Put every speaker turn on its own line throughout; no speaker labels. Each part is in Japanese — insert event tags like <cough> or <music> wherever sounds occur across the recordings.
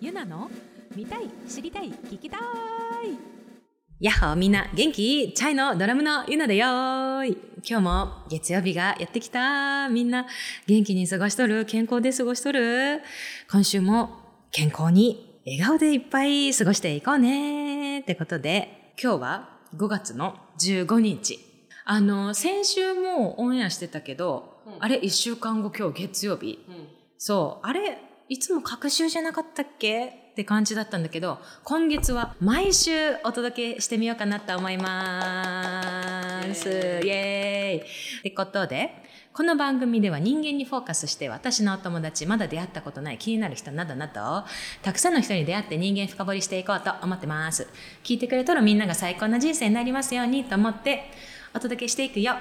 ゆなの見たい知りたい聞きたい
やっほーみんな元気チャイのドラムのゆなだよーい今日も月曜日がやってきたーみんな元気に過ごしとる健康で過ごしとる今週も健康に笑顔でいっぱい過ごしていこうねーってことで今日は5月の15日あの先週もオンエアしてたけど、
うん
あれ1週間後今日月曜日そうあれいつも隔週じゃなかったっけって感じだったんだけど今月は毎週お届けしてみようかなと思いますイ
イ
エ
エ
ーイってことでこの番組では人間にフォーカスして私のお友達まだ出会ったことない気になる人などなどたくさんの人に出会って人間深掘りしていこうと思ってます聞いてくれとるみんなが最高な人生になりますようにと思ってお届けしていくよ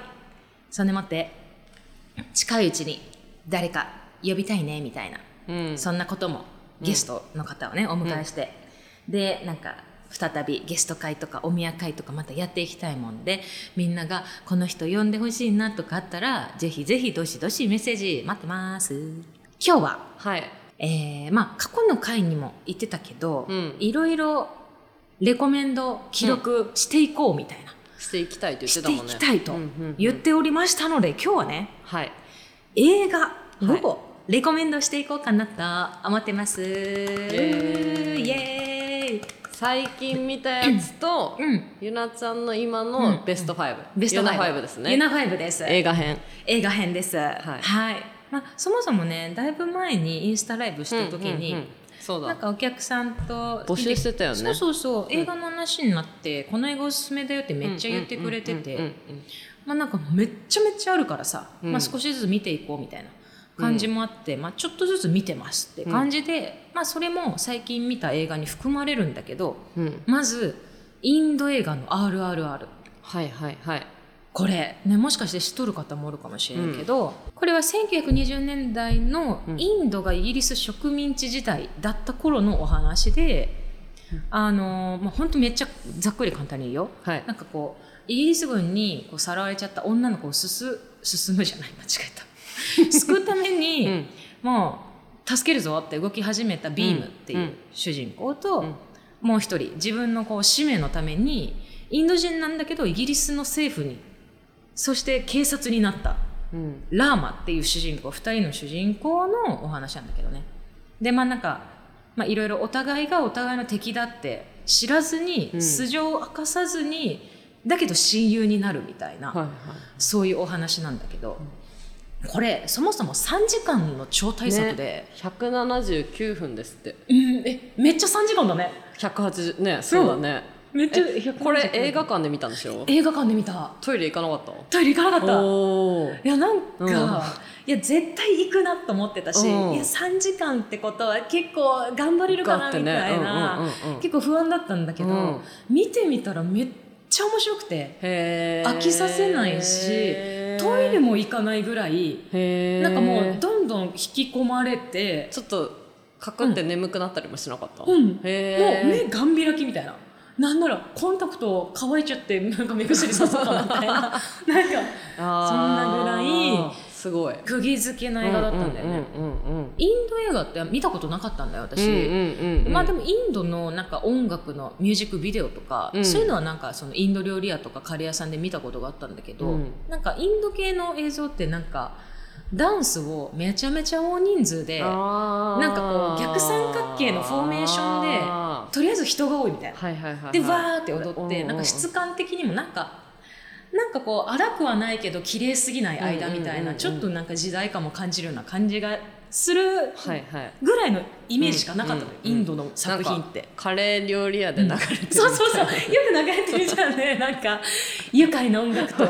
そんでもって近いうちに誰か呼びたいねみたいな、
うん
そんなこともゲストの方をね、お迎えして、でなんか再びゲスト会とかお宮会とかまたやっていきたいもんでみんながこの人呼んでほしいなとかあったらぜひぜひどしどしメッセージ待ってます今日は、
はい
えーまあ過去の回にも言ってたけど、
うん
いろいろレコメンド記録していこうみたいな、
していきたいと言っ
してて
た
い
もんね
きたいと
うんうんうん
言っておりましたので、今日はね
はい
映画5個、レコメンドしていこうかなと思ってます。イ
ーイ
エーイ
最近見たやつと、
うん
ゆなちゃんの今
う
の
ん
ベスト5、
ベスト
ゆ
5
な5ですね
ユナ5です。
映画編
映画編です。はいまあ、そもそもね、だいぶ前にインスタライブした時に、
うんうんうんそうだ
なんかお客さんと
募集してたよね
そうそうそう、映画の話になって、この映画おすすめだよってめっちゃ言ってくれてて、
うんうんうんうん
まあなんかめっちゃめっちゃあるからさ、
うん
まあ少しずつ見ていこうみたいな感じもあって、まあちょっとずつ見てますって感じで、まあそれも最近見た映画に含まれるんだけど、
うんうん
まずインド映画の RRR。
はいはいはい
これ、ね、もしかして知っとる方もおるかもしれんけど、これは1920年代の
うん
インドがイギリス植民地時代だった頃のお話で、あのまあ、ほんとめっちゃざっくり簡単に言うよ、
はい
なんかこうイギリス軍にこうさらわれちゃった女の子をすす進むじゃない間違
<laughs>
えた救うために、
うん
もう助けるぞって動き始めたビームってい
んう
うん主人公と、
うん
もう一人自分のこう使命のためにインド人なんだけどイギリスの政府にそして警察になった
うん
ラーマっていう主人公2人の主人公のお話なんだけどねでまあなんかまあいろいろお互いがお互いの敵だって知らずに、
うん
素性を明かさずにだけど親友になるみたいな、
はいはい
そういうお話なんだけど、これそもそも3時間の超大作で
ね、、179分ですって
うんえめっちゃ3時間だね
180ねそうだね、
めっちゃ
えこれ映画館で見たんでしょ
映画館で見た
トイレ行かなかっ
トイレ行かなか
た
った
おー
いやなんか、
うん
いや絶対行くなと思ってたし、
うん
いや3時間ってことは結構頑張れるかなみたいな、
だってねうんうんうんうん
結構不安だったんだけど、
うん
見てみたらめっちゃ面白くて
へー
飽きさせないしトイレも行かないぐらい
へー
なんかもうどんどん引き込まれて、
ちょっとかくって眠くなったりもしなかった、
うんもう
へ
目がん開きみたいな。なんならコンタクト乾いちゃってなんか目薬さそうかなみたいな
<laughs>
なんか
えそんな
そんなぐらい
すごい
釘付けな映画だったんだよね、
うんうんうんうん
インド映画って見たことなかったんだよ私、
うんうんうんうん
まあでもインドのなんか音楽のミュージックビデオとか、
うん
そういうのはなんかそのインド料理屋とかカレー屋さんで見たことがあったんだけど、
うん
なんかインド系の映像ってなんかダンスをめちゃめちゃ大人数で
あー
なんかこう逆三角形のフォーメーションで
あ
とりあえず人が多いみたい
ー
な。
はいはいはいはい
でわーって踊
うん
っ
うんう
て
ん
なんか質感的にもなんかなんかこう荒くはないけど綺麗すぎない間みた
う
い
んうんうんう
なんちょっとなんか時代感も感じるような感じがする
はいはい
ぐらいのイメージしかなかったの、
うん
インドの作品って。
カレー料理屋で流れてる
<laughs> そうそうそうよく流れてるじゃん
<laughs>
ねなんか愉快な音楽と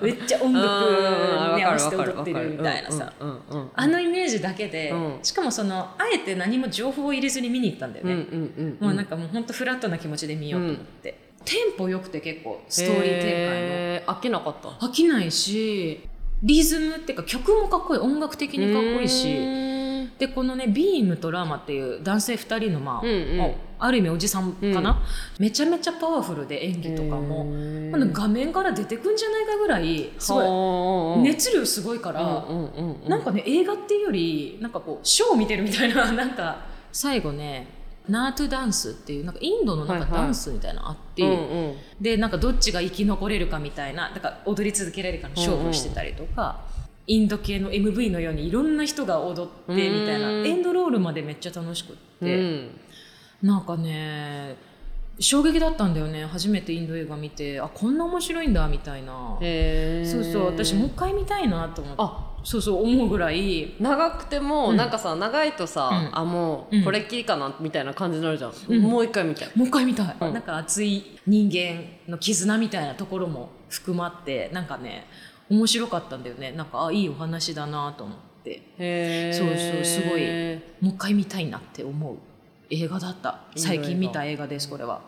めっちゃ音
うん
楽
うんうん
に合わせて
わかる
踊ってるみたいなさ
うんうんうん
あのイメージだけで
うん
しかもそのあえて何も情報を入れずに見に行ったんだよ
うんうん
ね
うん
もうなんかもうほんとフラットな気持ちで見ようと思ってテンポ良くて結構ストーリー展
へー飽きなかった
開の飽きないしリズムっていうか曲もかっこいい音楽的にかっこいいうし
ーん
でこのねビームとラーマっていう男性2人のまあ、
うんうん
まあある意味おじさんかな、めちゃめちゃパワフルで演技とかも、
へー
まあ画面から出てくんじゃないかぐらいすご
ご
い熱量すごいから、
うんうんうん、
なんかね映画っていうよりなんかこうショーを見てるみたいな <laughs> なんか最後ねナートゥダンスっていうなんかインドのなんか
はいはい
ダンスみたいなのあって、
うんうん
でなんかどっちが生き残れるかみたいなだから踊り続けられるかの勝負してたりとか、インド系の MV のようにいろんな人が踊ってみたいな
うん
エンドロールまでめっちゃ楽しくって、
うん
なんかね衝撃だったんだよね初めてインド映画見てあこんな面白いんだみたいな、
へー
そうそう私もう一回見たいなと思って
あ
そうそう思うぐらい
長くても、
うん
なんかさ長いとさ、
うん
あも
う
うんこれっきりかなみたいな感じになるじゃん、
うん
もう一回見たい
もう一回見たい、
うん
なんか熱い人間の絆みたいなところも含まってなんかね面白かったんだよねなんかあいいお話だなと思って
へー
そうそうすごいもう一回見たいなって思う映画だった最近見た映画ですこれは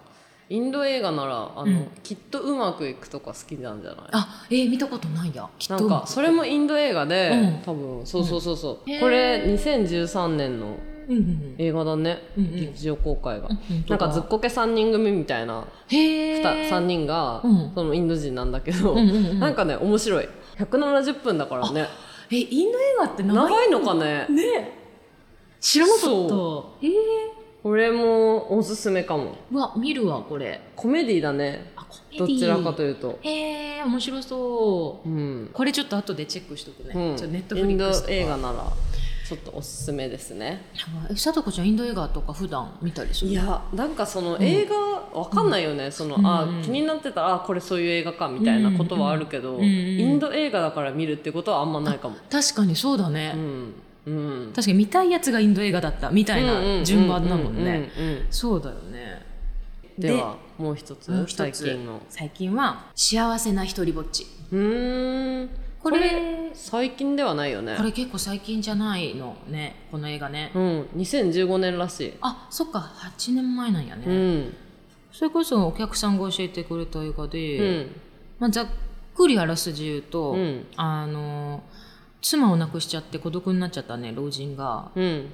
インド映画ならあの、
うん
きっとうまくいくとか好きなんじゃない
あえー見たことないやきっ
な
と
んかそれもインド映画で、
うん
多分そうそうそうそう、
うん
これ2013年の
うんうん
映画だね、
うんうん
劇場公開が、
うん
なんかずっこけ3人組みたいな、
へ
二
え
3人が、
うん
そのインド人なんだけど、
うんうんうん
なんかね面白い170分だからね
えインド映画って長い
長いのかね
ね知らなかった
そ
え
これもおすすめかも
ー、うわ見るわこれ
コメディだね
あコメデ
ど
ィ
ちらかというと
えー、面白そう
うん、
これちょっと後でチェックしとくね、
うん、
ちょっとネット
イ
フリ
ン
ッ
ド
クスとか
映画ならちょっとおすすめですね
えさとこちゃんインド映画とか普段見たりする
いやなんかその映画、わかんないよねその、あ
うんうん
気になってたらあこれそういう映画かみたいなことはあるけど、
うんうん
インド映画だから見るってことはあんまないかも
確かにそうだね、
うんうん
確かに見たいやつがインド映画だったみたい
うんう
なん順番だもんね、
うんうんうん
そうだよね
ではもう一つ
もう一
最
つ
近の
最近は「幸せな一りぼっち
うーん」
こ
こ
れ
最近ではないよね
これ結構最近じゃないのねこの映画ね、
うん2015年らしい
あそっか8年前なんやね、
うん
それこそお客さんが教えてくれた映画で、
うん
まあ、ざっくりあらすじ言うと、
うん
あの妻を亡くしちゃって孤独になっちゃったね老人が
うん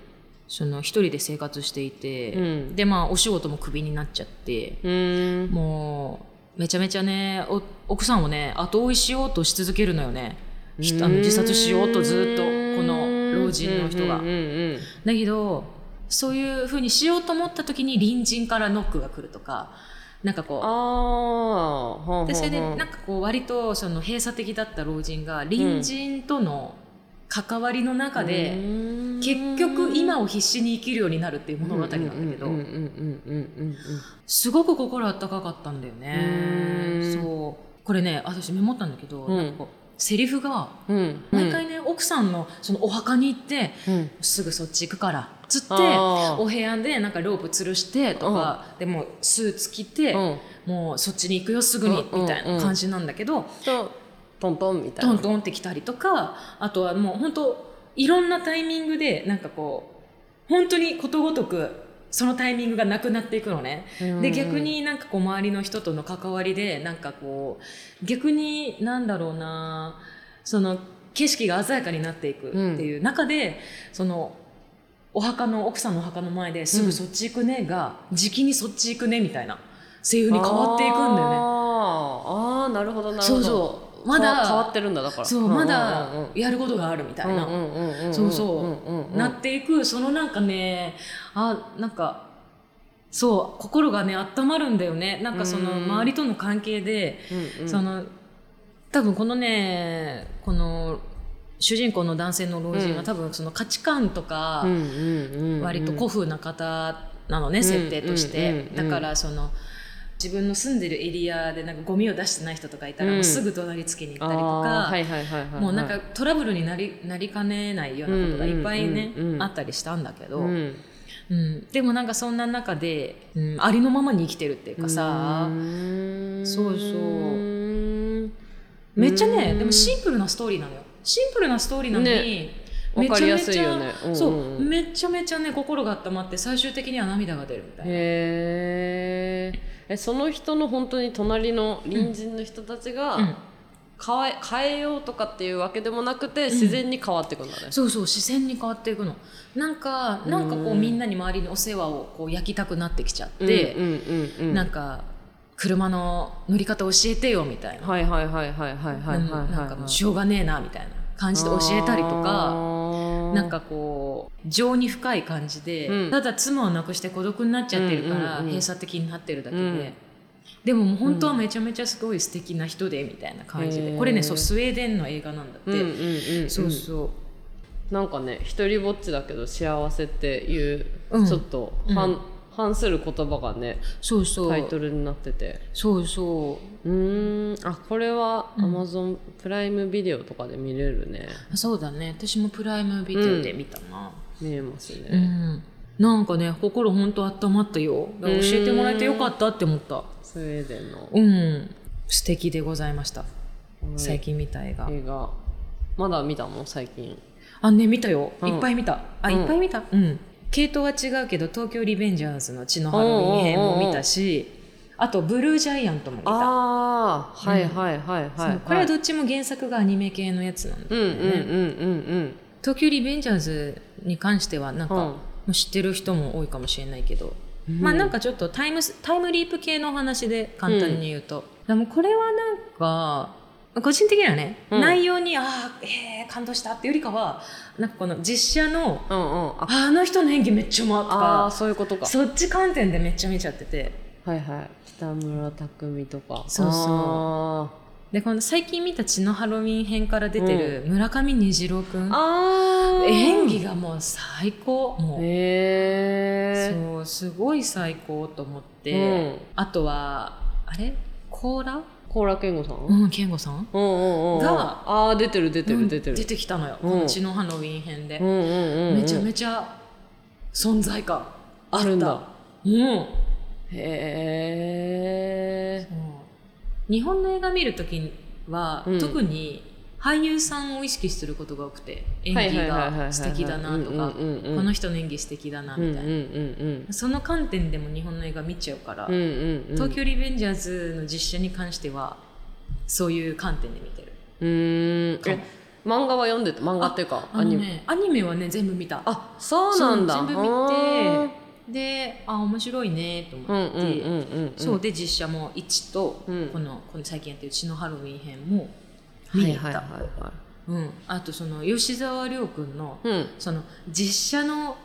その一人で生活していて、
うん
でまあお仕事もクビになっちゃって、
うん
もうめちゃめちゃねお奥さんをね後追いしようとし続けるのよねひあの自殺しようとずっとこの老人の人が。
うんうんうん
だけどそういうふうにしようと思った時に隣人からノックが来るとかなんかこう
ああーほんほんほん
でそれでなんかこう割とその閉鎖的だった老人が隣人との関わりの中
う
で
ーん
結局今を必死に生きるようになるっていう物語なんだけど
うんうんうんうん
すごく心温かかったんだよね
うん
そうこれね私メモったんだけど
うん
なんかこうセリフが
うんうん
毎回ね奥さんのそのお墓に行って
うん
すぐそっち行くからつって
あー
お部屋でなんかロープ吊るしてとかでもうスーツ着て
うん
もうそっちに行くよすぐにみたいな感じなんだけど
とトントンみたいな
トントンってきたりとかあとはもう本当いろんなタイミングでなんかこう本当にことごとくそのタイミングがなくなっていくのね。
うん
で逆になんかこう周りの人との関わりでなんかこう逆になんだろうなその景色が鮮やかになっていくっていう中で、そのお墓の奥さんのお墓の前ですぐそっち行くねが、じきにそっち行くねみたいなセリフに変わっていくんだよね。
あーあーなるほどなるほど
そうそうま
変わ
だ
変わってるんだだから
そう、
んんん
ま
ん
だやることがあるみたいな、
うんうんんんん
そうそう
うんうんうん
なっていくそのなんかねあなんかそう心がね温まるんだよねなんかその
うん
周りとの関係で、
うんうん
その多分このねこの主人公の男性の老人は、
うん
多分その価値観とか、
うんうんうん
割と古風な方なのね、
ん
設定として、
うんうんう
だ
ん
からその自分の住んでるエリアでなんかゴミを出してない人とかいたら、
うん
もうすぐ怒鳴りつけに行ったりと
あ
か
ーはいはいはいはいはい
もうなんかトラブルになりなりかねないようなことがいっぱいね、
うんうんうんうん
あったりしたんだけど、う
う
ん
ん
でもなんかそんな中で、うん、ありのままに生きてるっていうかさ、
うーん
そうそう
うん
めっちゃね、
うん
でもシンプルなストーリーなのよシンプルなストーリーなのに、
ねわ
めちゃめちゃ
かりやすいよねんんん
そうめちゃめちゃね心が温まって最終的には涙が出るみたいな。
へーえその人の本当に隣の隣人の人たちが、
うん
変え変えようとかっていうわけでもなくて自然に変わっていくんだね、
そうそう視線に変わっていくのなんかなんかこう
うん
みんなに周りにお世話をこう焼きたくなってきちゃって、
うんうんうんうん
なんか車の乗り方教えてよみたいな
はいはいはいはいはいはいはいはい
なんかもうしょうがねえなみたいな感じで教えたりとか
あ
なんかこう情に深い感じで、
うん
ただ妻を亡くして孤独になっちゃってるから、
うんうんうん
閉鎖的になってるだけで、
うん
でももう本当はめちゃめちゃすごい素敵な人でみたいな感じで、
へー
これねそうスウェーデンの映画なんだって、
うんうんうんうん
そうそう
なんかね一人ぼっちだけど幸せっていう、
うん
ちょっと
うん
反,、反する言葉がね
そうそ
タイ
う
トルになってて
そうそう
ーんあこれは
うん
Amazon プライムビデオとかで見れるね、
うそうだね私もプライムビデオで見たな、
見れます
う
ね、
んなんかね心本当温まったよだから教えてもらえてよかったって思った
スウェーデンの
うん素敵でございました最近見た映画、
映画まだ見たの最近
あね見たよ、
うん
いっぱい見たあ、
うん
いっぱい見たうん系統は違うけど「東京リベンジャーズ」の血のハロウィン編も見たしあと「ブルージャイアント」も見た、
ああはいはいはいはい、
そうこれはどっちも原作がアニメ系のやつなんだけ
うん
ど
う
ね、
んうんうん
東京リベンジャーズに関してはなんか、
うん
もう知ってる人も多いかもしれないけど、
うん
まあなんかちょっとタイムスタイムリープ系のお話で簡単に言うと、でもこれはなんか個人的にはね、
うん
内容にああえー、感動したってよりかはなんかこの実写の
うんうんあ
ああの人の演技めっちゃうまいと
あー
か
そういうことか
そっち観点でめっちゃ見ちゃってて
はいはい北村匠海とか
そうそう
あ
でこの最近見た「血のハロウィン編」から出てる村上虹郎くん、
ーあー
演技がもう最高もう、
へえ
そうすごい最高と思って、
うん
あとはあれコーラ
高良健吾さん、うん、うん
うん健吾さん
うんうん
が
あー出てる出てる出て
うん
る
出てきたのよ、
うん
この血のハロウィン編で、
うんうんうんうん
めちゃめちゃ存在感あった
あるんだ
うん
へえ
日本の映画見るときは、
うん
特に俳優さんを意識することが多くて演技が素敵だなとか
うんうんうんうん
この人の演技素敵だな
うんう
み
ん
た
う
い
ん
な、その観点でも日本の映画見ちゃうから、
うんうんうん
東京リベンジャーズの実写に関してはそういう観点で見てる
うーん
かも
え漫画は読んでた漫画っていうか
あの、ね、アニメはね全部見た
あそうなんだ
そう全部見てであ面白いねと
うん
思
うん
っ
う
て、
んうんうん
そうで実写も1と、
うん
このこの最近やってる「血のハロウィン編」も見
は
に
い
行った、
はいはいは
うん、あとその吉沢亮君の
いうん
その実写の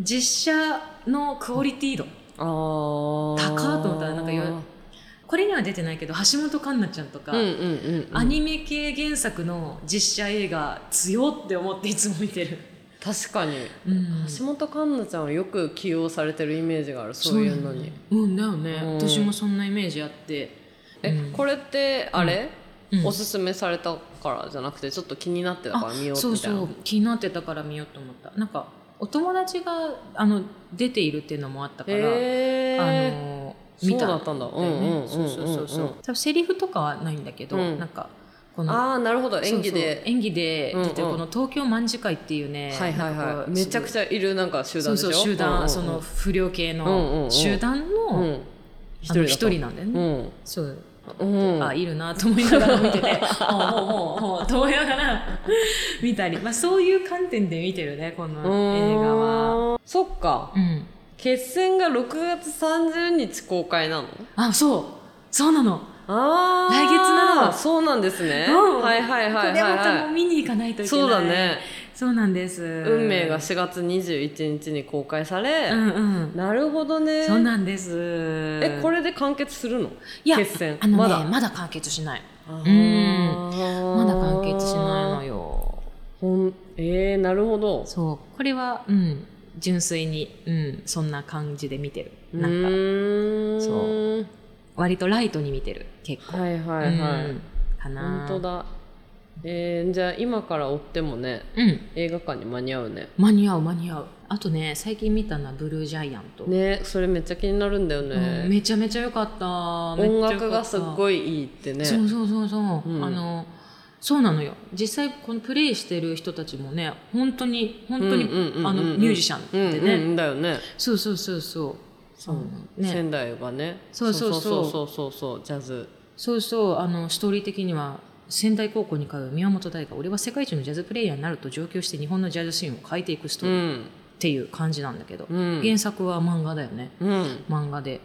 実写のクオリティ度
あ高
高っと思ったらなんかよこれには出てないけど橋本環奈ちゃんとか、
うんうんうんうん
アニメ系原作の実写映画強って思っていつも見てる、
確かに
うん
橋本環奈ちゃんはよく起用されてるイメージがあるそういうのに
うんだよね、
うん
私もそんなイメージあって
えこれってあれ
うん
おすすめされたからじゃなくてちょっと気になってたから見よう
そ
み
う
た
そ
いな
う気になってたから見ようと思ったなんかお友達があの出ているっていうのもあったから、
へ
あ
え
の
そう
見た
だったんだ
よね
うんうんうんうんうん
そうそうそうそうセリフとかはないんだけど、
うん
なんかこの
ああなるほど演技
そうそう
で
演技で出てる
うん
こ
うん
の東京卍会っていうね、
はい
な
はい
んか
は
こ
いうめちゃくちゃいるなんか集
そ
団
う
でし
そ
ょ
う集団、
うんうんうん
その不良系
うんうんう
の
ん
集団の,、
う
あの
ん一
一
人
人
だ
な
っ
んだよ
た
ね、
うん
そう
うん
あいるなと思いながら見てて <laughs> ほうほうほうほうと思いながら <laughs> 見たり、まあ、そういう観点で見てるねこの映画は。
うーんそっか
うん、
決戦が6月30日公開なの
あそうそうなの、
あー
来月なの
そうなんですね、
うん
はいはいはいはい
これまたもう
は
見に行かないといけないい
そうだね、
そうなんです
運命が4月21日に公開され、
うんうん
なるほどね
そうなんです
え
え
これで完結するの
いや
決戦
あの、ね、
ま
ま
だ
だまだ完結しない
あー
まだ完結しないのよ
ほんえー、なるほど
そうこれはうん純粋に、うん、そんな感じで見てる
う
なんか
ーん
そ割とライトに見てる結構
はいはいはい、
うんかな
本当だえー、じゃあ今から追ってもね
うん
映画館に間に合うね
間に合う間に合うあとね最近見たのはブルージャイアント、
ねそれめっちゃ気になるんだよ
うん
ね、
めちゃめちゃ良かった
音楽がすっ
い
ごいいいってね
そうそうそうそう、
うん
あのそうなのよ実際このプレイしてる人たちもね本当に本当に
うんうんうんうん
あのミュージシャン
うん
でね、
うんだよね
そうそうそうそうそうね
仙台がね
そうそうそう
そうそうそうそうジャズ
そうそうあのストーリー的には仙台高校に通う宮本大が俺は世界一のジャズプレイヤーになると上京して日本のジャズシーンを変えていくスト
う
ーリーっ
ん
ていう感じなんだけど、
うん
原作は漫画だよね
うん
漫画で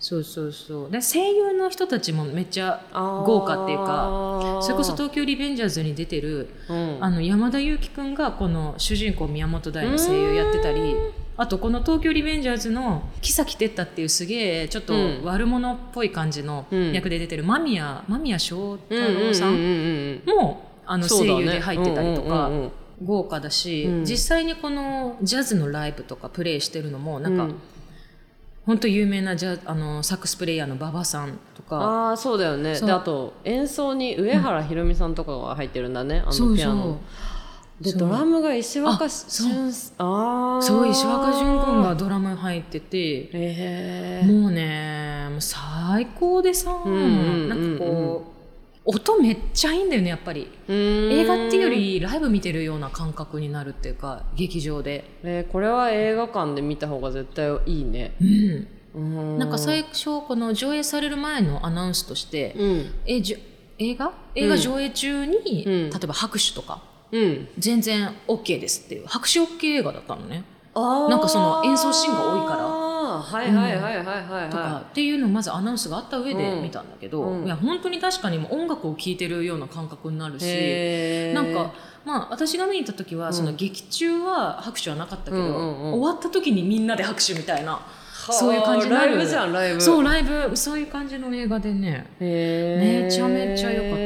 そうそうそうで声優の人たちもめっちゃ豪
豪
華っていう
か
それこそ、東京リベンジャーズに出てる
うん、
あの山田裕貴くんがこの主人公宮本大の声優やってたりあとこの「東京リベンジャーズ」の木崎哲太っていうすげえちょっと
うん
悪者っぽい感じの
うん
役で出てる間宮間宮祥太
うんうんうんうん
郎さんもあの
そう
声
だね
優で入ってたりとか
うんうんうんうん
豪華だし
うん
実際にこのジャズのライブとかプレイしてるのもなん
う
か
ん
本当有名なジャあのサックスプレイヤーの馬場さんとか
ああそうだよね
そう
であと演奏に上原ひろみさんとかが入ってるんだね、あ
そ
の
う
ピアノ
そう
で
そう
ドラムが石若
あそう
俊ああ
そう石若純君がドラム入ってて
ええ
もうねもう最高でさ、
うんうん
なんかこう音めっちゃいいんだよねやっぱり映画っていうよりライブ見てるような感覚になるっていうか劇場で、
えーこれは映画館で見た方が絶対いいね
うん
うん
なんか最初この上映される前のアナウンスとして、
うん
えじゅ映画映画上映中に、
うん
例えば拍手とか
うん
全然 OK ですっていう拍手 OK 映画だったのね
あー
なんかその演奏シーンが多いから
あーはいはいはいはいはいはい
とかっていうのをまずアナウンスがあった上で見たんだけど、
うんうん
いや本当に確かにもう音楽を聴いてるような感覚になるし
へー
なんかまあ私が見に行った時は、
うん
その劇中は拍手はなかったけど、
うんうんうん
終わった時にみんなで拍手みたいな
はあ
そういう感じになる
ライブじゃんライブ
そうライブそういう感じの映画でね
へー
めちゃめちゃ良かったって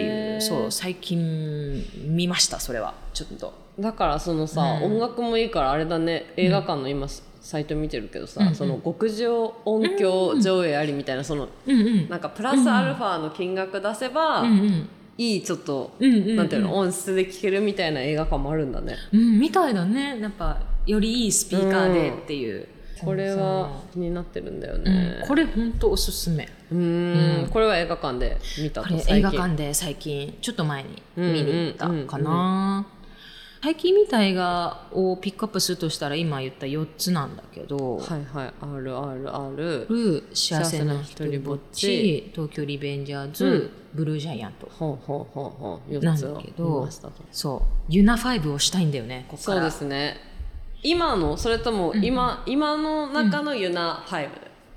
いうそう最近見ましたそれはちょっと。
だからそのさ、
うん
音楽もいいからあれだね映画館の今、サイト見てるけどさ、
うんうん
その極上音響上映ありみたいなその
うんうん
なんかプラスアルファの金額出せば、
うんうん
いいちょっと、
うんうんうん
なんていうの音質で聴けるみたいな映画館もあるんだね
うん、みたいだねやっぱよりいいスピーカーでっていう、
これは気になってるんだよ
そうそう、
ね
うん、これ本当おすすめ
うーん
うん
これは映画館で見た
ことれ
最近
映画館で最近ちょっと前に見に行ったか
うんうん
な最近見た映画をピックアップするとしたら今言った4つなんだけど「
はいはい「RRR」
ルー幸せな一人ぼっち」「東京リベンジャーズ」
うん
ブルージャイアント
ほうほうほうほう
な
4
ん
つ
だ
を
けど
見ましたと」
そう「ユナファイブをしたいんだよねここか
そう
ら
ですね今のそれとも
んうん
今,、今の中のユナ5、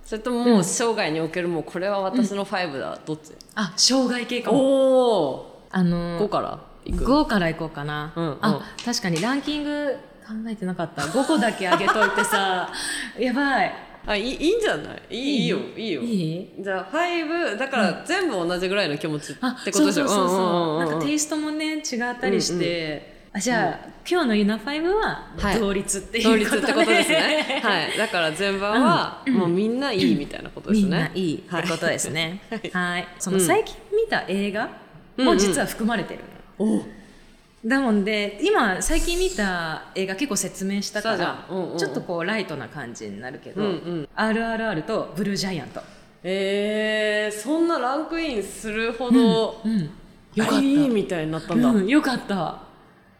それとももう生涯におけるもうこれは私の5だ、どっち
あ障害系かも
おお
あのー
5からいく
5からいこうかな、
うんうん
あ確かにランキング考えてなかった5個だけ上げといて
<laughs>
さやばい
あいいいいんじゃないいいいいよいいよ
いい
じゃあ5だから全部同じぐらいの気持ちっ
あ
てことでしょ
そうそうそうそう,、
んんんん
なんかテイストもね違ったりして、あじゃあ、今日のユナファイブは
はい
同率って
同
いう
率
こと
っ
で、
てことですねはいだから全番はもうみんないいみたいなことで
<laughs>
す
み
ね
んないいってことですね <laughs> はい、その最近見た映画
うんう
も
ん
実は含まれてる、
お
だもんで今最近見た映画結構説明したか
そう
ら、
じゃんうんうん
ちょっとこうライトな感じになるけど「
うんうん
RRR」と「ブルージャイアント」
えー、そんなランクインするほど、
うん、よかった
いいみたいになったんだ、
うん、よかった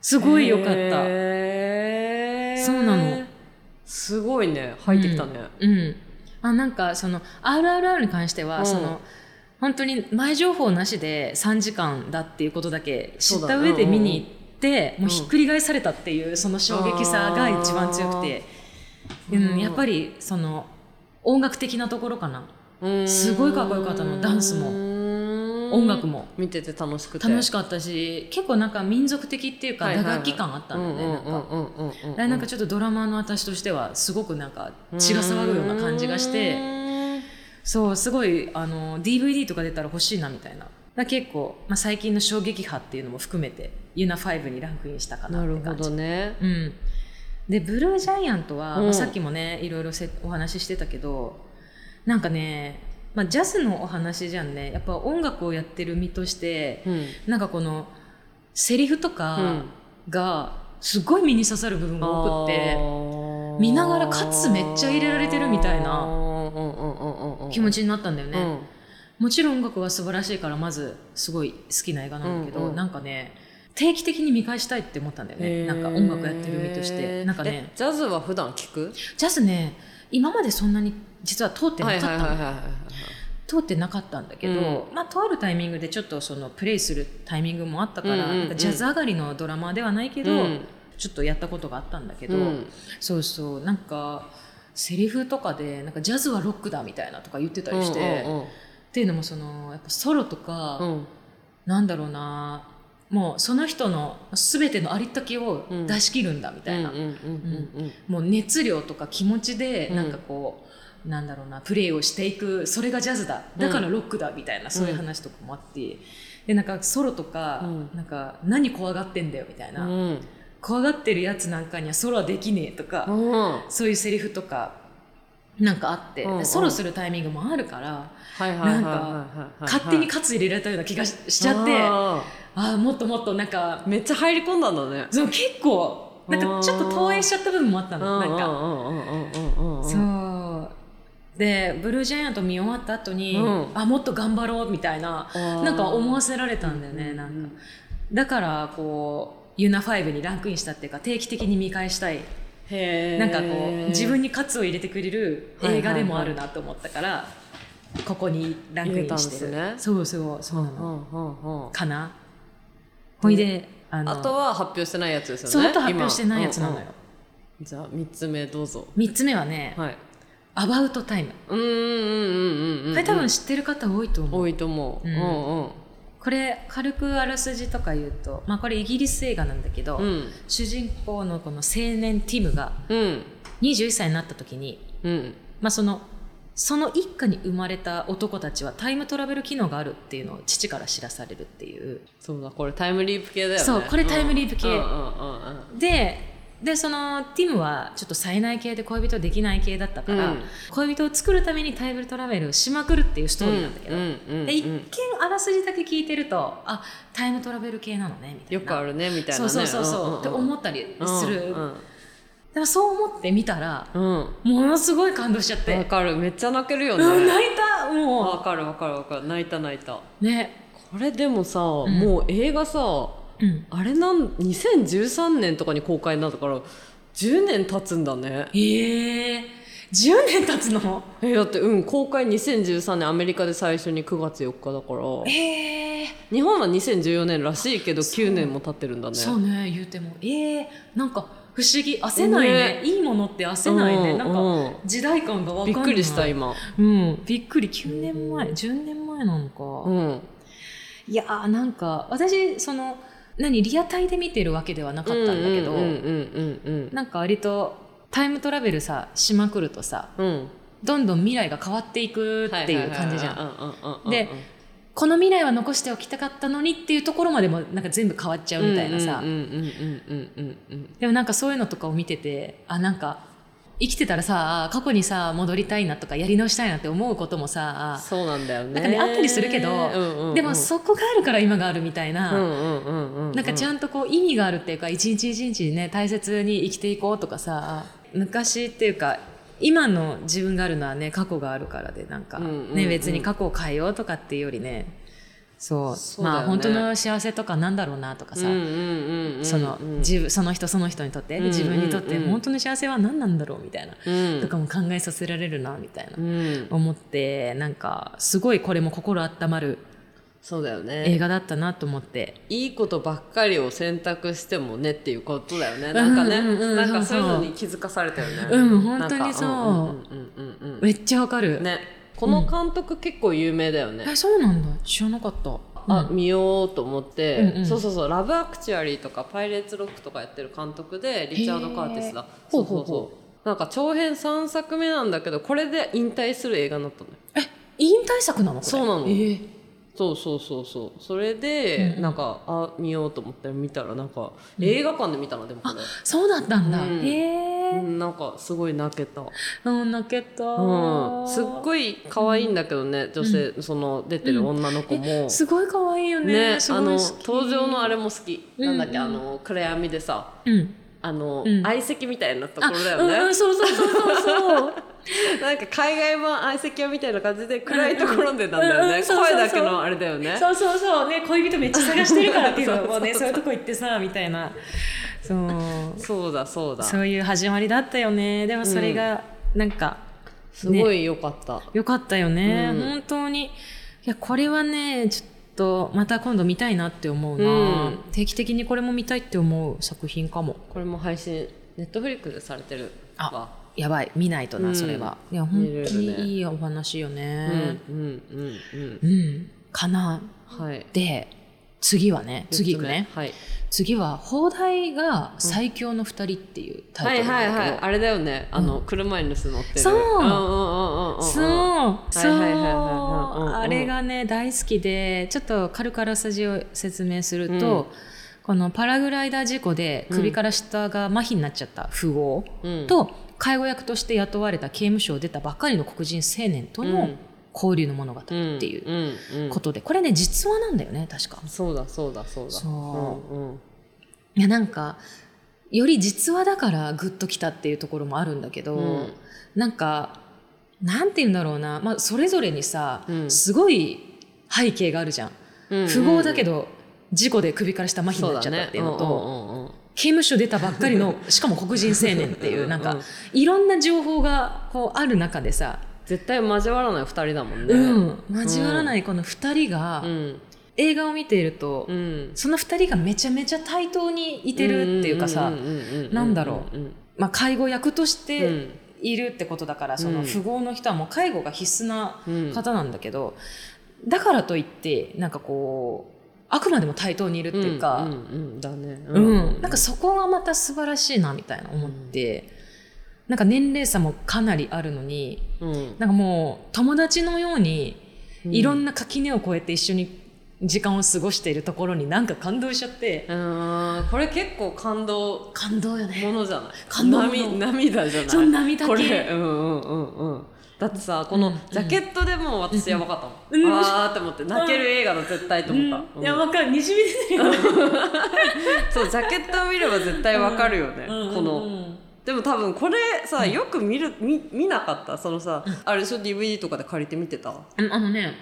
すごいよかった、
へー
そうなの
すごいね入ってきたね、
うん、うんあなんかその RRR に関しては、
うん
その本当に前情報なしで3時間だっていうことだけ知
そ
っ
うだ
た
ね
上で見に行って、
ん
もうひっくり返されたっていうその衝撃さが一番強くて、うん
うん
やっぱりその音楽的なところかな
うーん
すごいかっこよかったのダンスも
うーん
音楽も
見てて楽しくて
楽し
く
かったし結構なんか民族的っていうか打楽器感あったので、なんかだからなんかちょっとドラマーの私としてはすごくなんか血が騒ぐような感じがして。そうすごいあの DVD とか出たら欲しいなみたいなだから結構、まあ、最近の衝撃波っていうのも含めてユナ5にランクインしたかな
な
っ
る
て
ほ
感
ど
じ、
ね
うん、でブルージャイアントは、
うん
まあさっきもねいろいろせお話ししてたけどなんかね、まあ、ジャズのお話じゃんねやっぱ音楽をやってる身として
うん
なんかこのセリフとかがすごい身に刺さる部分が多くて、見ながらカツめっちゃ入れられてるみたいな
な
気持
ち
ちになったんだよね、
ね
もちろん音楽は素晴らしいからまずすごい好きな映画なんだけど、
うんうん
なんかね定期的に見返したいって思ったんだよねなんか音楽やってる身としてなんかね
ジャズは普段聞く
ジャズね今までそんなに実は通ってなかったの、
い
通ってなかったんだけど、まあとあるタイミングでちょっとそのプレイするタイミングもあったから、
うんうんうん
なんかジャズ上がりのドラマーではないけど、
うん
ちょっとやったことがあったんだけど、
うん
そうそうなんかセリフとかでなんかジャズはロックだみたいなとか言ってたりして、っていうのもそのやっぱソロとか、
うんうんうん
なんだろうなもうその人の全てのありったけを出し切るんだみたいな、
うんうんうんうん
もう熱量とか気持ちで
うん
なんかこう、なんだろうなプレーをしていくそれがジャズだだからロックだみたいな、そういう話とかもあってでなんかソロとか,、
うん
なんか何怖がってんだよみたいな、
うん
怖がってるやつなんかにはソロはできねえとか、
うん
そういうセリフとかなんかあって、
うんうん
ソロするタイミングもあるから、
はいはいはいはいはいはい
勝手に喝入れられたような気がししちゃって。
あ
あーもっともっとなんか
ーめっちゃ入り込んだんだね
そう結構なんかちょっと投影しちゃった部分もあったのなんか
か
そうでブルージャイアント見終わった後に、
うん
あもっと頑張ろうみたいななんか思わせられたんだよね、なんかだからこうユナファイブにランクインしたっていうか定期的に見返したい
へー
なんかこう自分に喝を入れてくれる映画でもあるなと思ったから、ここにランクインしてる
入れたんですね
そうそうそうな
う
の、
んうんうん
かなほいであの
あとは発表してないやつですよね
そうあと発表してないやつなのよ、
今うんうんじゃあ三つ目どうぞ
3つ目はね、
はい
アバウトタイム。
うんうんうんうんうん
これ多分知ってる方多いと思う。
多いと思う
う
うんん
これ軽くあらすじとか言うと、まあこれイギリス映画なんだけど、
うんうん
主人公のこの青年ティムが
うん
21歳になった時に、
うん
まあその、その一家に生まれた男たちはタイムトラベル機能があるっていうのを父から知らされるっていう。
そうだこれタイムリープ系だよね
そうこれタイムリープ系
うんうんうんうん
で、で、そのティムはちょっと冴えない系で恋人できない系だったから、
うん
恋人を作るためにタイムトラベルをしまくるっていうストーリーなんだけど、
うんうん
で一見
うん
あらすじだけ聞いてるとあタイムトラベル系なのねみたいな
よくあるねみたいな
そう
ね
そうそうそう、って思
っ
ったりする、
うん
でもそう思ってみたら
うんうん
ものすごい感動しちゃっ
わ
て、
かるめっちゃ泣けるよ
うん、
ね
泣いた
わ
も
かるわかるわかる泣いた泣いた
うね、
これでもさ、
ん
もう映画さ
うん、
あれなん2013年とかに公開になったから10年経つんだね
ええ10年経つの
えだってうん公開2013年アメリカで最初に9月4日だから
ええ
日本は2014年らしいけど9年も経ってるんだね
そうね言うてもええなんか不思議焦ないね
ね
いいものって焦ないね、
うん
なんか、
うん
時代感がわか
び
ん
っ
ない
くりした今
うんびっくり9年前10年前なのか、
うん
いやーなんか私その何リアタイで見てるわけではなかったんだけど、
うんうんうん
なんか割とタイムトラベルさしまくるとさ
うんうん
どんどん未来が変わっていく
は
っていう感じじゃん。
ん
でこの未来は残しておきたかったのにっていうところまでもなんか全部変わっちゃうみたいなさ、
うんうんうんうんうん
でもなんかそういうのとかを見ててあなんか生きてたらさ過去にさ戻りたいなとかやり直したいなって思うことも
うん
さ、
そうなんだよね
なんかねあったりするけど
うんうんうん
でもそこがあるから今があるみたいな、
うんうんうんうんう
なんかちゃんとこう意味があるっていうか一日一日ね大切に生きていこうとかさ昔っていうか今の自分があるのはね過去があるからでなんか、
うんうんうん
ね、別に過去を変えようとかっていうよりねそう
そうだよ
ま
ね
あ本当の幸せとかなんだろうなとかさ、
うんうんうんうん
その自分その人その人にとって、
うんうんうん
自分にとって本当の幸せは何なんだろうみたいな、
うん
とかも考えさせられるなみたいな、
うん
思ってなんかすごいこれも心温まる
そうだよね
映画だったなと思って。
いいことばっかりを選択してもねっていうことだよねなんかね、
うんうんうん
なんか
そ
そ
そ
うういううのに気づかされたよね
うん本当にそう
なんかうんうんうんうん
めっちゃわかる、
うんねこの監督結構有名だよね、
えそうなんだ知らなかった
あ見ようと思って、
うんうん
そうそうそう「ラブ・アクチュアリー」とか「パイレーツ・ロック」とかやってる監督でリチャード・カーティスだ
ー
そうそう
ほうほう
そうなんか長編3作目なんだけどこれで引退する映画になったのよ
え引退作なのこれ
そうなの
えー
そうそうそうそうそれで、
うん
なんかあ見ようと思って見たらなんか映画館で見たのでもこれ、
そうだったんだ、
うん
へ
う
え
んなんかすごい泣けた、
うん泣けた、
うん、すっ
い
ごい可愛いんだけどね、女性、その出てる女の子も、
すごい可愛いよね
ね
すご
あ
い好
の
き
登場のあれも好き、
うん
なんだっけあの暗闇でさ
うん
あの、
うん
相席みたいなとこ
あ
ろだよね、
うんうん、そうそうそうそうそう
<laughs> なんか海外版相席屋みたいな感じで暗いところでなんだよね、
うんうんそうそうそう
声だけのあれだよね
そうそうそうね恋人めっちゃ探してるから
<laughs>
っていうのもねそういうとこ行ってさみたいなそう
そうだそうだ
そういう始まりだったよねでもそれがなんか、
すごい良かった、
よかったよね、
うん
本当にいやこれはねちょっとまた今度見たいなって思うな、
うん
定期的にこれも見たいって思う作品かも
これも配信ネットフリックスでされてるわ
やばい見ないと
う
な、
ん
それは。いや本当
見れるね
にいいお話よ
うん
ね。
うんうん
うん、かな。
うんはい
で次はね次行くね
四つ目はい
次は「放題が最強の二人」っていう
は
タイ
い
トル
はい
なんだ
は
けど、
いあれだよねあの、車に盗乗ってる
そうん
うんうんうんう
そう、
んうん
そう、
はいはいはいはいうんうん
あれがね大好きでちょっと軽くあらすじを説明すると、このパラグライダー事故で首から下が麻痺になっちゃった富豪
うん
と介護役として雇われた刑務所を出たばっかりの黒人青年と
う
の
ん
交流の物語って
ん
いう
うんうん
ことでこれね実話なんだよね確か。
そうだそうだそうだ
そうん
うん
いやなんかより実話だからグッときたっていうところもあるんだけど、
うん
なんかなんて言うんだろうな、まあ、それぞれにさ、
うん
すごい背景があるじゃん
うんうん
富豪だけど事故で首から下麻痺になっちゃったっていうのと
そだねうんうんうん
刑務所出たばっかり
<laughs>
のしかも黒人青年っていうなん
う
か
んうん
いろんな情報がこうある中でさ、
絶対交わらない二人だもんね
うん、交わらないこの2人が、
うん
映画を見ていると、
うん
その2人がめちゃめちゃ対等にいてるっていうかさ、
んんんん
なんだろう
うん
まあ、介護役とし
う
て
ん
いるってことだから、そうの
ん
富豪の人はもう介護が必須な
うん
方なんだけど、だからといってなんかこうあくまでも対等にいるっていうか、
うんうんだね
うんなんかそこがまた素晴らしいなみたいな思って、なんか年齢差もかなりあるのに
うん
なんかもう友達のようにいろ
なん
な垣根を越えて一緒に時間を過ごしているところになんか感動しちゃって、
うんこれ結構感動
感動よね。
ものじゃない
感動もの
涙涙じゃない
そんな見た
こ
け
れうんうんうんうんだってさこ
う
の
ん
ジャケットでもう私やばかったも
うん
ん、
うん
あーって思って泣ける映画だ絶対と思った、
う、
うんん
いやわかるにじみ出てるよね
そうジャケットを見れば絶対わかるよね、この、でも多分これさよく見る見見なかったそのさ、あれでしょ DVD とかで借りて見てた
うんあのね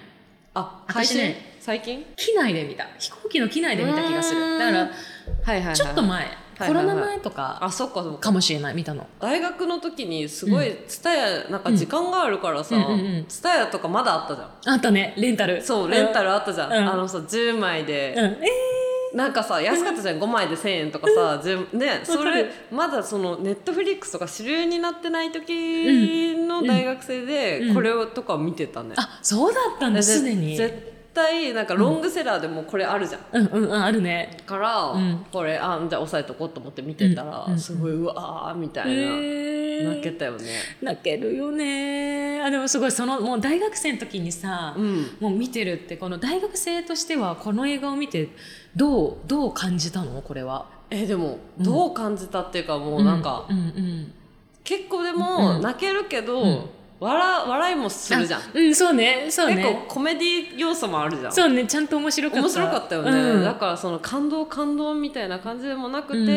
あ
私
配信、
ね
最近
機内で見た飛行機の機内で見た気がす
うー
る
ん
だから
はいはい、はい、
ちょっと前、
はい
コ
はい
ロナ前とか
あそっかそっか
かもしれない見たの
大学の時にすごい蔦屋、なんか時間があるからさ
うんうんうんうん
蔦屋、とかまだあったじゃん
あったねレンタル
そうレンタ
ル
ルあったじゃん、
うん
あのさ10枚で、
うんえ
なんかさ安かったじゃん5枚で1,000円とかさ、じゅんねそ
わか
れ
る
まだそのネットフリックスとか主流になってない時の大学生
うんう
で
ん
これをとかを見てたね、
あそうだったんだ
でぜ
すでに
絶対なんかロングセラーでもこれあるじゃん、
うんうんうんあるね
から、
うん
これあじゃあ押さえとこうと思って見てたら、
うんうん
すごいうわーみたいな、
え
泣けたよね
泣けるよねあでもすごいそのもう大学生の時にさ、
うん
もう見てるってこの大学生としてはこの映画を見てどうどう感じたのこれは
えでも
うん
どう感じたっていうかもうなんか、
うんうん
結構で
う
も
ん
泣けるけど、
うん
笑笑いもするじゃん
あうんそうねそう
結構
ね
コメディ要素もあるじゃん
そうねちゃんと面白かった
面白かったよね、
うん
だからその感動感動みたいな感じでもなくて、
うんうん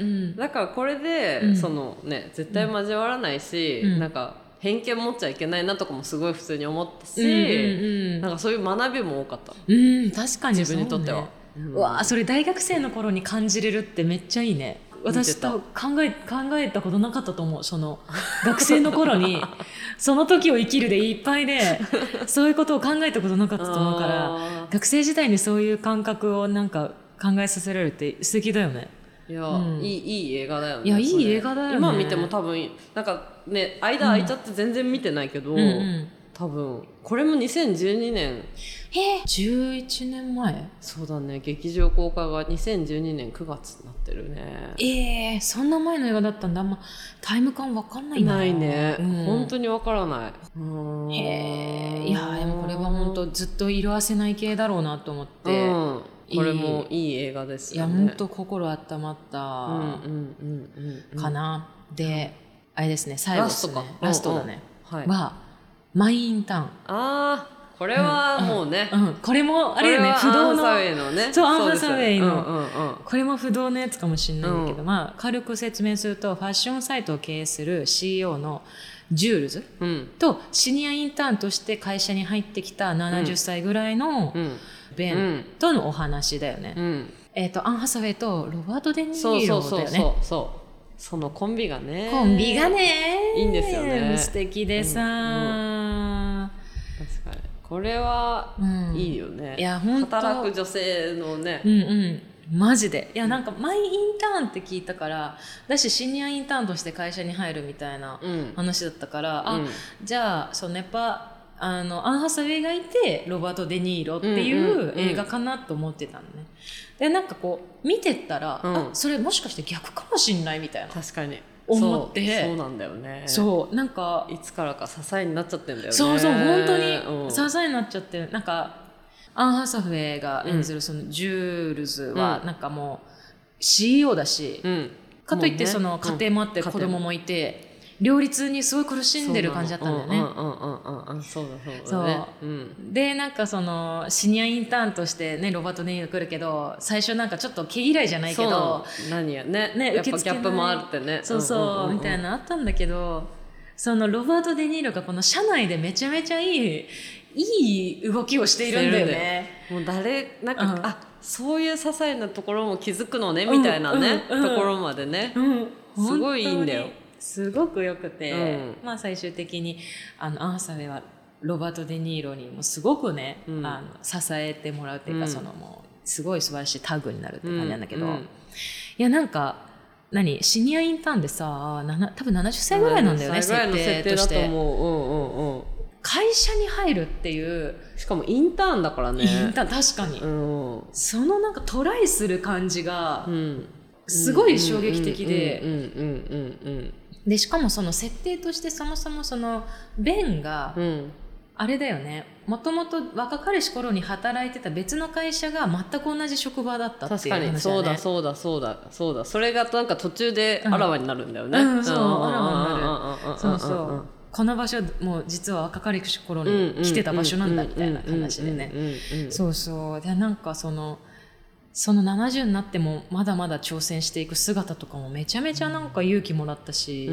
うん
だからこれで、
うん
そのね絶対交わらないし、
うん
なんか偏見持っちゃいけないなとかもすごい普通に思ったし、
うんうん
なんかそういう学びも多かった
うん、うん、確かに
自分にとっては、
そうねうわあそれ大学生の頃に感じれるってめっちゃいいね私と考え考えたことなかったと思うその <laughs> 学生の頃にその時を生きるでいっぱいでそういうことを考えたことなかったと思うから
あ
学生時代にそういう感覚をなんか考えさせられるって素敵だよね
ーいや、
うん
いいいい映画だよね
いや
それ
いい映画だよね
今見ても多分なんかね間空いちゃって全然見てないけど、
うんうん
多分これも2012年
え11年前
そうだね劇場公開が2012年9月になってるね
ええそんな前の映画だったんだあんまタイム感わかんないな
ないね、
うん
本当にわからないうん
へえいやでもこれは本当ずっと色あせない系だろうなと思って、
うん、これもいい映画です
いや
よ
本
ね。
当心温まった
うんうんうんうんうん
かな、であれですね最後ですね
ラストか
ラストだね、
はい。
はマイインタ
あーこれはもうね、
ーン、うん、これもあ
こ
れ
れ
よね
は
不動
アンハサ
の
ウェイのね、
そう
で
アンハ
す
サウェイの
うんうんうん
これも不動のやつかもしれないんだけど、
う
まあ軽く説明するとファッションサイトを経営する CEO のジュールズ
うん
とシニアインターンとして会社に入ってきた70歳ぐらいの
うん
ベ
う
ン
ん
とのお話だよね、
うん
えっ、と、アン・ハサウェイとロバート・デ・ニ
そう
ー
そ
ロ
う
だ
そ
よね。
うそうそうそのコンビがね
コンビがね、
いいんですよね
素敵でさ、
確かにこれは
うん
いいよね、
いやほんと
働く女性のね
うんうん。マジでいやなんかマイインターンって聞いたからだしシニアインターンとして会社に入るみたいな
うん
話だったから、
うん
あじゃあそうネパあのアン・ハサウェイがいてロバート・デ・ニーロっていう映画かなと思ってたのね、でなんかこう見てったら、
うん
あそれもしかして逆かもしんないみたいな
確かに
思って
そうそうなんだよね
そうなんか
いつからか支えになっちゃってんだよね
そうそう本当
うん
に支えになっちゃってるなんかアン・ハサフェイが演じるそのジュールズは
うん
なんかもう CEO だし、
うん
かといって
もうね
その
うん
家庭もあって
うん
子供もいて両立にすごい苦しんでる感じだったんだよね。
そうなのうんうんうんうんうんそうだそうだねうん
でなんかそのシニアインターンとしてねロバート・ネイが来るけど最初なんかちょっと毛嫌いじゃないけ
そうなの
ど
何やね
ね
やっぱ
受け
ギャ
付けない
ップもあってね
そうそう,、
んんんん
みたいなのあったんだけどそのロバート・デ・ニーロがこの社内でめちゃめちゃいいいい動きをしているんだよね。
もう誰なんか、
うん
あそういう些細なところも気づくのねみたいなね、
うんうんうん
ところまでね、
うん
すごいいいんだよ
本当にすごくよくて、
うん
まあ最終的にあのアンハサウェイはロバート・デ・ニーロにもすごくね、
うん
あの支えてもらうっていうか、
うん
そのもうすごい素晴らしいタッグになるって
う
感じなんだけど、
う
いやなんか何シニアインターンでさなな多分70歳ぐらいなんだよね、
ぐらいの設
と
定だ
し
と
て
思う、うんうんう
会社に入るっていう、
ん、しかもインターンだからね
インターン確かに、
うん
そのなんかトライする感じが、
うん
すごい衝撃的で
うんうんうん
でしかもその設定としてそもそもそのベンが
うんうんうん
あれだよねもともと若かりし頃に働いてた別の会社が全く同じ職場だったっていう
確か
話だよ
に
ね
そうだそうだそうだそうだそれがなんか途中で
うん
あらわになるんだよね、
うんそうん
んん
あらわ
うんうん
そうそうこの場所もう実は若かりし頃に来てた場所なんだみたいな話でね
うんうんうんうん
そうそうでなんかそのその70になってもまだまだ挑戦していく姿とかもめちゃめちゃなんか勇気もらったし、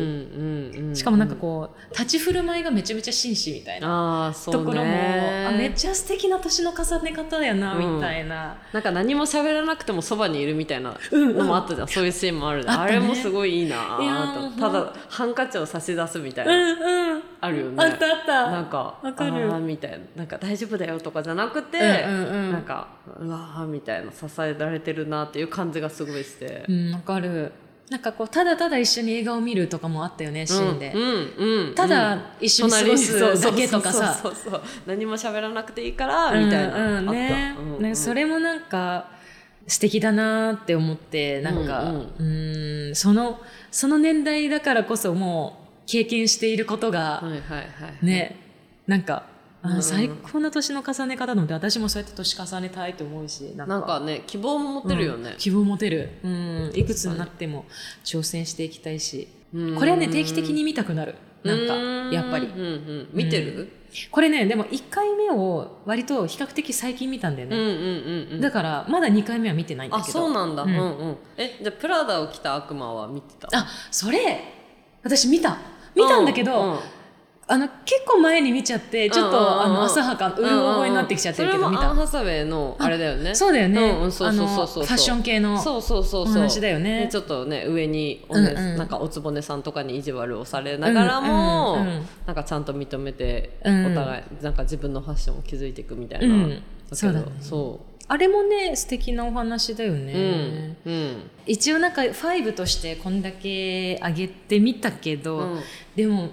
し
しかもなんかこう立ち振る舞いがめちゃめちゃ紳士みたいな
あーそう
ところも、
ね
あめっちゃ素敵な年の重ね方だよな、
うん
みたいな
なんか何も喋らなくてもそばにいるみたいな
うん
のもあったじゃん、そういうシーンもあるじゃん
あ
あ,、
ったね
れもすごいいいなぁ
いや
と
ー
ただハンカチを差し出すみたいな、
んうん
あるよね
あったあった
なんか
わかる
あーみたいななんか大丈夫だよとかじゃなくて、
うんうんうん
なんかうわーみたいな支えられてるなっていう感じがすごいして
う、ん、わかる。なんかこう、ただただ一緒に映画を見るとかもあったよね、シーンで。
うんうんうん
ただ一緒に過ごすだけとかさ。
そうそうそうそうそう何も喋らなくていいから
うん
みたいな、
うん
あった、
ね
うんうん
ねそれもなんか、素敵だなって思って、なんか、
うん
うーん、その、その年代だからこそもう、経験していること
はい
が、
はいはいはい
ね、なんか、あ
うんうん
最高な年の重ね方なので、私もそうやって年重ねたいと思うし、なんか。
なんかね希望も持てるよね
うん、希望持てる。うん。いくつになっても挑戦していきたいし。
うん
これはね定期的に見たくなるなん
う
か
ー
やっぱり
うんうん、見てる、
これねでも1回目を割と比較的最近見たんだよ
うん、うん
ね、
うんうん
だからまだ2回目は見てないんだ
あ
けど
そうなんだ、
う
うんん、うんえじゃあプラダを着た悪魔は見てた
あそれ私見た見たんだけど、
うう
あの結構前に見ちゃってちょっと、
うんうんうん
あの浅はかうる覚えになってきちゃってるけど、
うんうん
見
うんそれもアン・
た
ハサウェイのあれだよね
そうだよね、
うんうんそう
あ
そ
の
う
フ
そう
ァ
そう
ッション系の
そうそうそう
お
そう
話だよね
でちょっとね上にお,、
うんうん
なんかおつぼねさんとかに意地悪をされながらも、
うんうんうん
なんかちゃんと認めて、
うん
お互いなんか自分のファッションを築いていくみたいな、
うん
だけど
そうだね
そう
あれもね素敵なお話だよね、
うんうん
一応なんか5としてこんだけ上げてみたけど、
うん
でも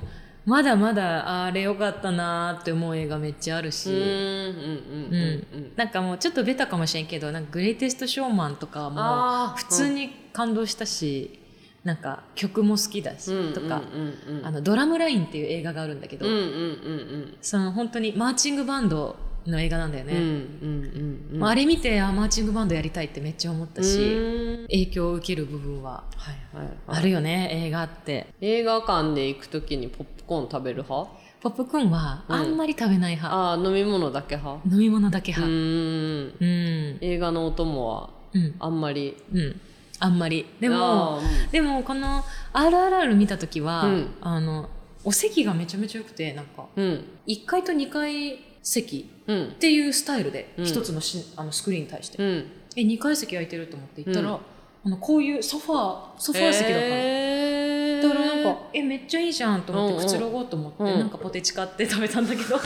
まだまだあれ良かったなーって思う映画めっちゃある
うん
し、
うんうんうんうん
なんかもうちょっとベタかもしれんけどなんかグレイテストショーマンとかも
あー
普通に感動したし、なんか曲も好きだし、とか、
うんうん、
あのドラムラインっていう映画があるんだけど、
うんうんうん
その本当にマーチングバンドの映画なんだよ
うんう
ね、
んうんうん
まああれ見てあマーチングバンドやりたいってめっちゃ思ったし、
うん
影響を受ける部分は
はいはいはい
あるよね映画って
映画館で行くときにポップコーン食べる派
ポップコーンはあんまり食べない派、
ああ飲み物だけ派
飲み物だけ
う
派、
ーん
うん
映画のお供は
うん
あんまり
うん、あんまりでも
あー
でもこの「RRR」見た時は、
うん
あのお席がめちゃめちゃ良くてなんか
うん
1階と2階席
うん
っていうスタイルで
うん
一つのし、あのスクリーンに対して、
うん
え2階席空いてると思って行ったら、
うん
あのこういうソファーソファー席だったの、
へーへ
だからなんかえめっちゃいいじゃんと思って
うんうん
くつろごうと思って、
うん
なんかポテチ買って <laughs> 食べたんだけど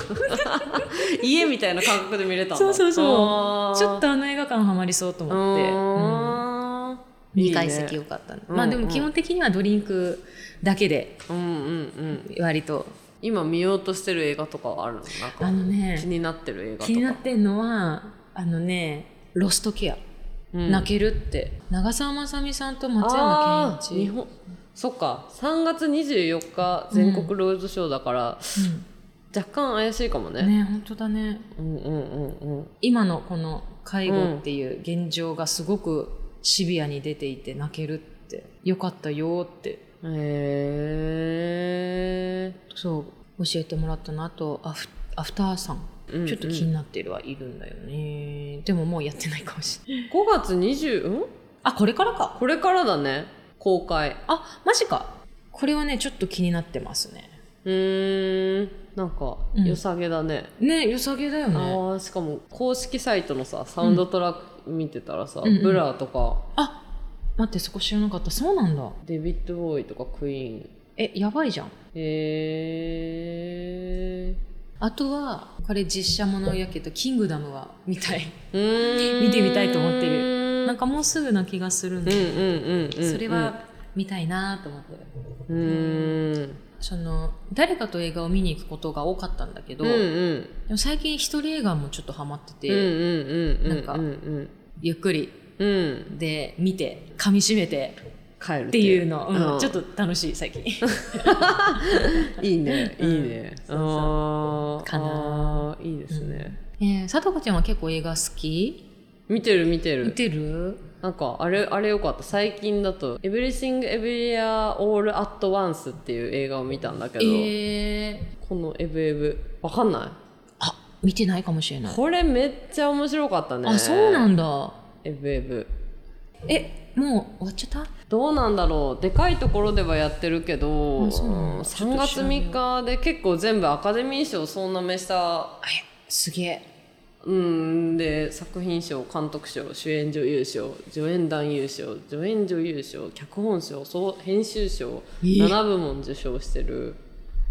家みたいな感覚で見れたんだ
そうそうそう
あー
ちょっとあの映画館ハマりそうと思って、うん
あーいい
2
ね
階席良かったの、
うん
まあでも基本的にはドリンクだけで
うんうんうん
割と
今見ようとしてる映画とかはあるのなんか
あのね
気になってる映画とか
気になってんのはあのね「ロストケア」
うん
泣けるって長澤まさみさんと松山
あー
ケンイ
日
チ
本そっか3月24日全国ロードショーだから、若干怪しいかもね
うん、ね本当だね
うんうんうんうん
今のこの介護っていう現状がすごくシビアに出ていて泣けるってよかったよって
へ
そう教えてもらったのあとアフアフターさん
えーうんうん、
ちょっと気になってるはいるんだよね、でももうやってないかもしれない
5月20うん
あこれからか
これからだね公開
あマジかこれはねちょっと気になってますね
うーんなんか
うん
良さげだね、
ね良さげだよ
あ
ね
ーしかも公式サイトのさサウンドトラック見てたらさ、
うんうん
ブラーとか
あ待ってそこ知らなかったそうなんだ
デビッド・ボーイとかクイーン
えやばいじゃん
へえ
あとはこれ実写ものやけど「キングダム」は見たい見
見
てみたいと思ってるなん
か
かもうすぐな気がするん
うんう
で、
んうんうん
それは見たいなと思ってる
うんうん
その誰かと映画を見に行くことが多かったんだけど、
うんうん
でも最近一人映画もちょっとハマってて、
うんうんうん
なんか
うんうん
ゆっくり
うん
で見て噛み締めて
帰る
っていうの、うん
うん
ちょっと楽しい
<laughs>
最近
いいねい
うん
いね
そうそう
あー
かな
あーいいですね
えー、さとこちゃんは結構映画好き
見てる見て
見
る
てる
なんかあれあれよかった最近だと「Everything Everywhere All at Once」っていう映画を見たんだけど、
えー、
この「エブエブ」わかんない
あ見てないかもしれない、
これめっちゃ面白かったね
あそうなんんだ
エブエブ
えもう終わっちゃった
どうなんだろうでかいところではやってるけど、
あそうなんだ
3月3日で結構全部アカデミー賞総なめした
あえすげえ
うんで作品賞監督賞主演女優賞助演男優賞助演女優賞脚本賞総編集賞
えー
7部門受賞してる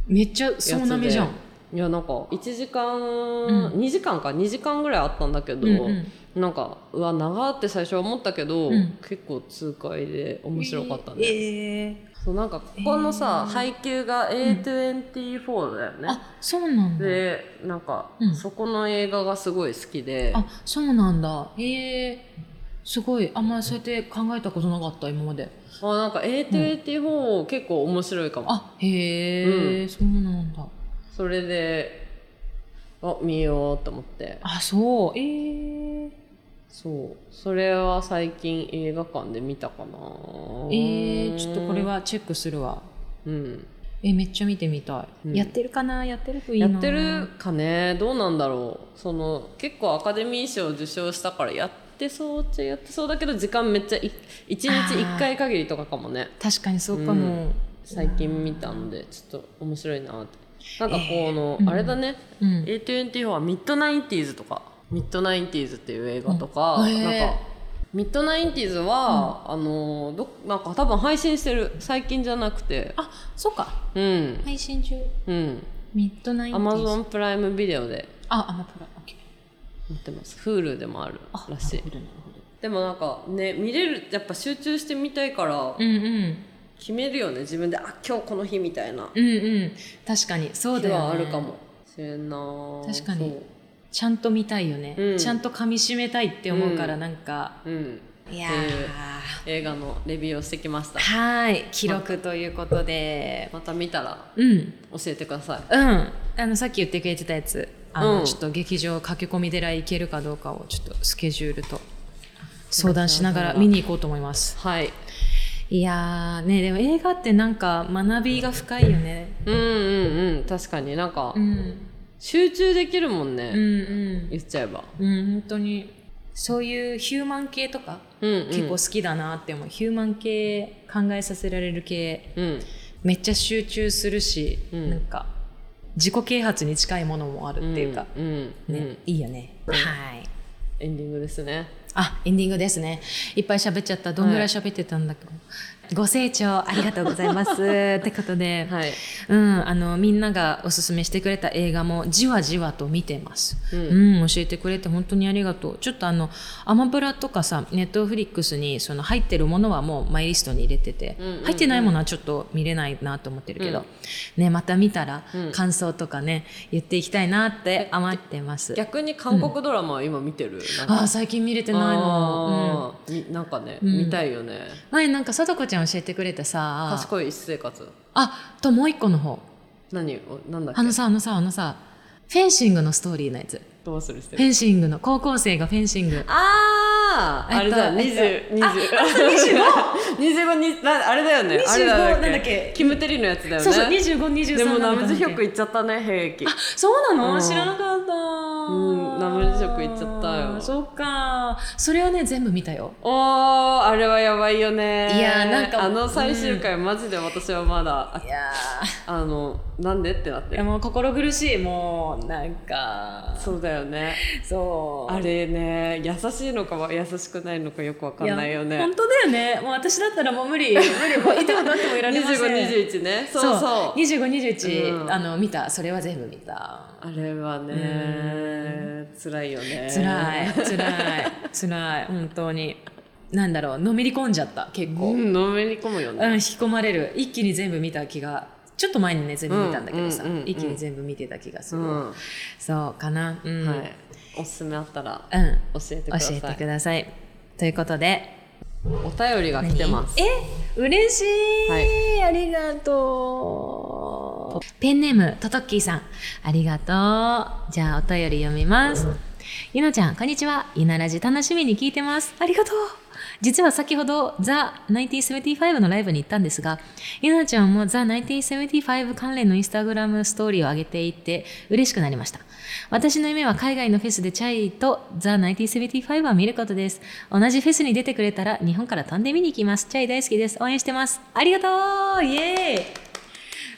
めっちゃ
や
そうな
つ
め
で
じゃん
いやなんか1時間、
ん
2時間か2時間ぐらいあったんだけど、
うん
なんかうわ長って最初は思ったけど、
うん
結構痛快で面白かったね。
ええ
そうなんかここのさ、配給が A24 だよね、
あそうなんだ
でなんか、
うん
そこの映画がすごい好きで
あそうなんだへえすごいあんまりそうやって考えたことなかった今まで
あなんか A24、結構面白いかも
あへえ、そうなんだ
それであ見ようと思って
あそうええ
そうそれは最近映画館で見たかな
ええちょっとこれはチェックするわ
うん
えめっちゃ見てみたい、
うん
やってるかなやってるといい
や
な
ってるかねどうなんだろうその結構アカデミー賞受賞したからやってそうっちゃやってそうだけど時間めっちゃい一日1回限りとかかもね
確かにそうかも、
最近見たんでちょっと面白いなってなんかこの、
えー
あれだね、
うん
A24 はミッドナインティーズとかミッドナインティーズっていう映画とか、
うんへー
なんかミッドナインティーズは、あのどなんか多分配信してる最近じゃなくて
あそっか
うん
配信中
うん
ミッドナインティ
ア
ー
マ
ズ
ゾンプライムビデオで
あアマプラオッケー
持ってます Hulu でもある
あ
らしい
なるほどなるほど
でもなんかね見れるやっぱ集中してみたいから
うんうん
決めるよね自分であ今日この日みたいな
うんうん確かにそう
日
だよ、ね、
はあるかもしれんな
確かに
そ
ちゃんと見たいよね、
うん
ちゃんと噛み締めたいって思うから
うん
なんか、
ううん
いやー
っていう映画のレビューをしてきました
はい記録ということで
また見たら
うん
教えてください
うんあのさっき言ってくれてたやつあの、
うん
ちょっと劇場駆け込み寺行けるかどうかをちょっとスケジュールと相談しながら見に行こうと思います
はい
いやーねでも映画ってなんか学びが深いよね、
うんうんうん確かになんか
うん、
集中できるもん
うん
ね、
う
言っちゃえば、
んうん本当にそういうヒューマン系とか
うんうん、
結構好きだなって思う、ヒューマン系考えさせられる系
うん
めっちゃ集中するし、
うん
なんか自己啓発に近いものもあるっていうか、
うんうん、
ね
うん
いいよね、はい
エンディングですね
あエンディングですねいっぱい喋っちゃったどんぐらい喋ってたんだっけ、ご清聴ありがとうござ
<laughs>
いますってことで、
はい。
うん、あのみんながおすすめしてくれた映画もじわじわと見てます、
う
うん教えてくれて本当にありがとうちょっとあのアマプラとかさネットフリックスにその入ってるものはもうマイリストに入れてて、
うんうんうん
入ってないものはちょっと見れないなと思ってるけど、
うん
ねまた見たら
うん
感想とかね言っていきたいなって余ってます、
逆に韓国ドラマは今見てる。なんか
ああ最近見れてないの、うん、
あーみなんかね、
うん
見たいよね。
前なんか貞子ちゃん教えてくれたさ
賢い一生活。
あともう一個の方
何を、なんだっけ
あ。のさあのさあのさフェンシングのストーリーのやつ
どうするして
フェンシングの高校生がフェンシング
あーあれだ、
え
二
っ
十
と
二十 <laughs> 二十五になあれだよね。
25
あれ
なんだっけ
キムテリのやつだよね。
そうそう2523
でも
な
ナ
んだ
ム
っけ
ジヒョク行っちゃったね兵役。
そうなの、
うん
知らなかった
んナムル食行っちゃったよ
そっかそれはね全部見たよ
おーあれはやばいよね。
いやーなんか
あの最終回、マジで私はまだ
いや
ああのなんでってなってる。
もう心苦しいもうなんか
そうだよね。
そう
あれね優しいのか優しくないのかよくわかんないよ
や
ね
本。当だよねもう私だったらもう無
<laughs>
理無理もういてもなってもいられ
二
ませ
十
ん
五二十一ね。そうそう。
2521、
うん
あの見たそれは全部見た
あれはね辛いよね。
辛い辛い辛い本当になんだろうのめり込んじゃった結構、
う
うん
ん、のめり込むよね。
引き込まれる一気に全部見た気がちょっと前にね全部見たんだけどさ、
うんうんうんうん
一気に全部見てた気がす
う
る、
ん、は
そうかなうん、
い。おすすめあったら
うん、
教え
教
てくださ
え
い。
てくださいということで
お便りが来てます。
え嬉しい、
は
ありがとうペンネームトトッキーさんありがとうじゃあお便り読みます、ゆなちゃんこんにちはゆなラジ楽しみに聞いてますありがとう実は先ほどザ1975のライブに行ったんですがゆなちゃんもザ1975関連のインスタグラムストーリーを上げていて嬉しくなりました私の夢は海外のフェスでチャイとザ1975を見ることです同じフェスに出てくれたら日本から飛んで見に行きますチャイ大好きです応援してますありがとうイエーイ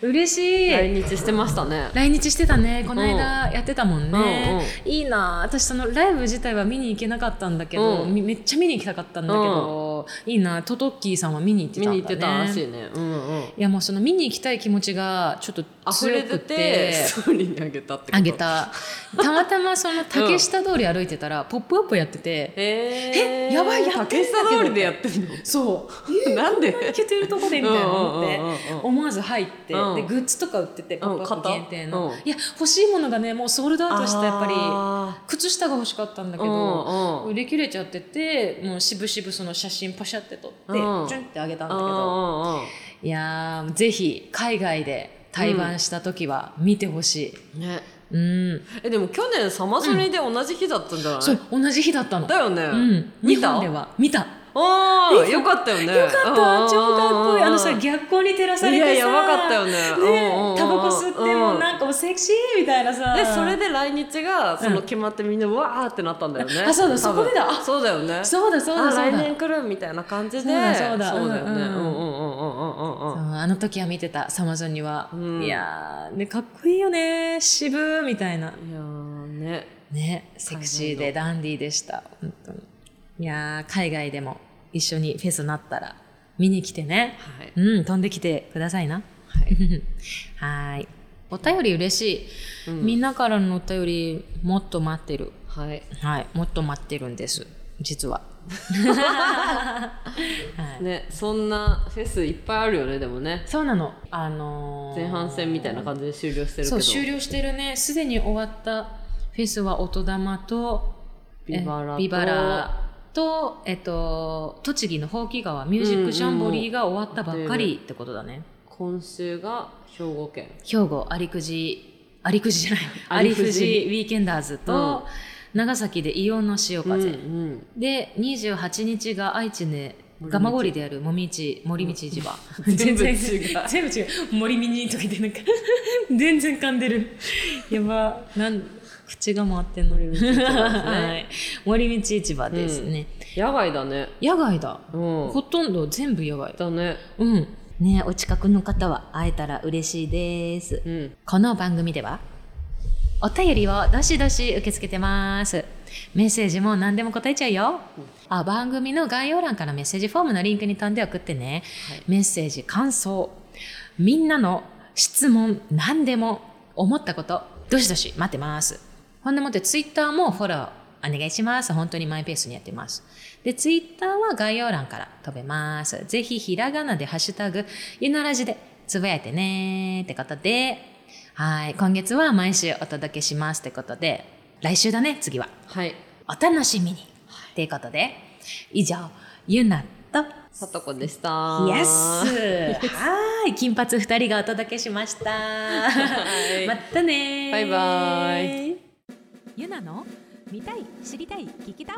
嬉しい、
来日してましたね。
来日してたねこの間やってたもん
うんう
ね
ん、
いいなあ私そのライブ自体は見に行けなかったんだけど、
うん
みめっちゃ見に行きたかったんだけど、いいなあトトッキーさんは見に行って
見
たんだね
に行ってたらしいね。うんうん。
いやもうその見に行きたい気持ちがちょっと
溢
強
れ
く
て
て
て、ストーリーにあげたってこと。
あげ。たたまたまその竹下通り歩いてたら、ポップアップやってて
えー、
えやばいやってんだけど
竹下通りでやってんの。
そう
なんで。
う行けてるとこでみたいな思って。
うんうんうんうん
思わず入って、
うん
でグッズとか売ってて、ポップアップ限定の、
買ったうん
いや欲しいものがねもうソールドアウトしてやっぱり
あ
靴下が欲しかったんだ
ー
けど、
うんうん
売り切れちゃっててもうしぶしぶその写真パシャって撮って、
うん
チュンってあげたんだけど、
うんうん
いやーぜひ海外で対バンした時は見てほしい、
うんね。
うん
えでも去年サマソニで同じ日だったんじゃない？
そう同じ日だったの
だよね。
うん、
見
日
た
本では見た
ああ、よかったよね。
よかった超かっこいいあのさ
ギ
逆光に照らさ
ャ
れ
い
てさ
や、やばかったよね。うんうんう
ね
ん
タバコ吸っても
うん
なんかもうセクシーみたいなさ
で、それで来日が、その
うん
決まってみんなわーってなったんだよね。
あそうだ
多分
そこでだあ
そうだよね。
そうだそうだ
あ
そう
来
だ
年来るみたいな感じで。
そうだそうだ
そうだよね。
う
うんん
う
うんんうんうんうんうん
そう
うん。
あの時は見てたサマゾンには、
うん
いやー、ね、かっこいいよね渋ーみたいない
やーね。
ねセクシーで
海外
ダンディーでした本当にいやー海外でも一緒にフェスなったら見に来てね
はい。
うん飛んできてくださいな
は
<laughs> はーいお便り嬉しい、
う
みんなからのお便りもっと待ってる
はい。
はいもっと待ってるんです実ははい
ね、そんなフェスいっぱいあるよね、でもね。
そうなのあのー
前半戦みたいな感じで終了してるけ
そ
ど。
う終了してるねすでに終わったフェスは音玉と
ビバラ
え
と
ビバラと、えっと、栃木のほうき川ミュージックジャンボリーが終わったばっかりってことだね、
今週が兵庫県。
兵庫有久寺有久寺じゃな
有
<laughs> い有
久
久
寺
寺ウィーケンダーズと、長崎でイオンの潮
うん
風、
うん。
で28日が愛知で
森道
蒲郡であるもみち森道市場、
全部違う
全部違う森見にとか言ってなんか <laughs> 全然噛んでるやばなん口が回ってんの
森道市場ですね
<laughs> はい森道市場ですね、
野外だね。
野外だ、
うん。
ほとんど全部野外だ
だね。
うんねお近くの方は会えたら嬉しいです
うん。
この番組ではお便りをどしどし受け付けてますメッセージも何でも答えちゃうよ、あ番組の概要欄からメッセージフォームのリンクに飛んで送ってね、
はい
メッセージ感想みんなの質問何でも思ったことどしどし待ってますほんでもってツイッターもフォローお願いします本当にマイペースにやってますでツイッターは概要欄から飛べますぜひひらがなで「ハッシュタグゆならじ」でつぶやいてねってことではい今月は毎週お届けしますってことで来週だね次は
はい。
お楽しみに。ということで、以上、ゆなと、
さとこでした。
イエスはーい、金髪二人がお届けしました。
い
またねー
バイバイ
ゆなの見たい知りたい聞きたい